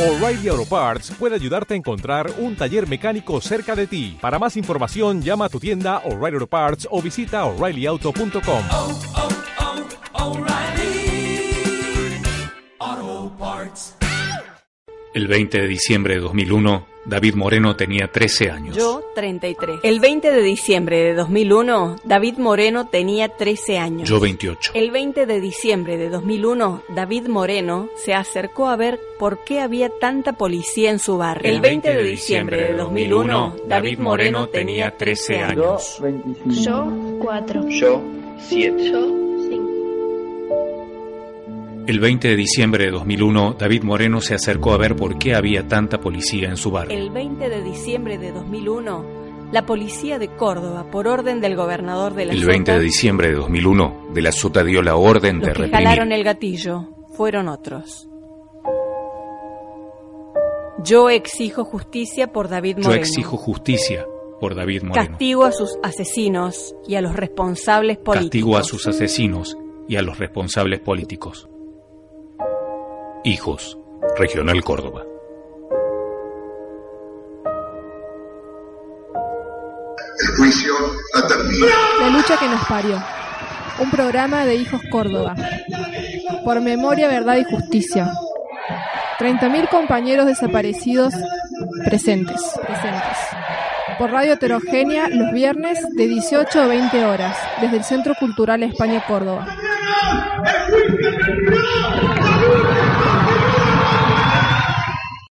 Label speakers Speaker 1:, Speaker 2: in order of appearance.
Speaker 1: O'Reilly Auto Parts puede ayudarte a encontrar un taller mecánico cerca de ti. Para más información, llama a tu tienda O'Reilly Auto Parts o visita oreillyauto.com.
Speaker 2: oh, oh, O'Reilly. Auto Parts.
Speaker 3: El 20 de diciembre de 2001, David Moreno tenía 13 años.
Speaker 4: Yo, 33. El 20 de diciembre de 2001, David Moreno tenía 13 años.
Speaker 3: Yo, 28.
Speaker 4: El 20 de diciembre de 2001, David Moreno se acercó a ver por qué había tanta policía en su barrio.
Speaker 3: El 20 de diciembre de 2001, David Moreno tenía 13 años.
Speaker 5: Yo, 25.
Speaker 6: Yo, cuatro.
Speaker 7: Yo, 7.
Speaker 6: Yo, cinco.
Speaker 3: El 20 de diciembre de 2001, David Moreno se acercó a ver por qué había tanta policía en su barrio.
Speaker 4: El 20 de diciembre de 2001, la policía de Córdoba, por orden del gobernador de la
Speaker 3: El
Speaker 4: Sota,
Speaker 3: 20 de diciembre de 2001, De la Sota dio la orden de
Speaker 4: los que jalaron
Speaker 3: reprimir.
Speaker 4: el gatillo fueron otros. Yo exijo justicia por David
Speaker 3: Yo
Speaker 4: Moreno.
Speaker 3: exijo justicia por David Moreno.
Speaker 4: Castigo a sus asesinos y a los responsables políticos.
Speaker 3: Castigo a sus asesinos y a los responsables políticos. Hijos, Regional Córdoba.
Speaker 8: El juicio ha terminado.
Speaker 9: La lucha que nos parió. Un programa de Hijos Córdoba. Por memoria, verdad y justicia. 30.000 compañeros desaparecidos presentes. presentes. Por radio heterogénea los viernes de 18 a 20 horas desde el Centro Cultural España Córdoba.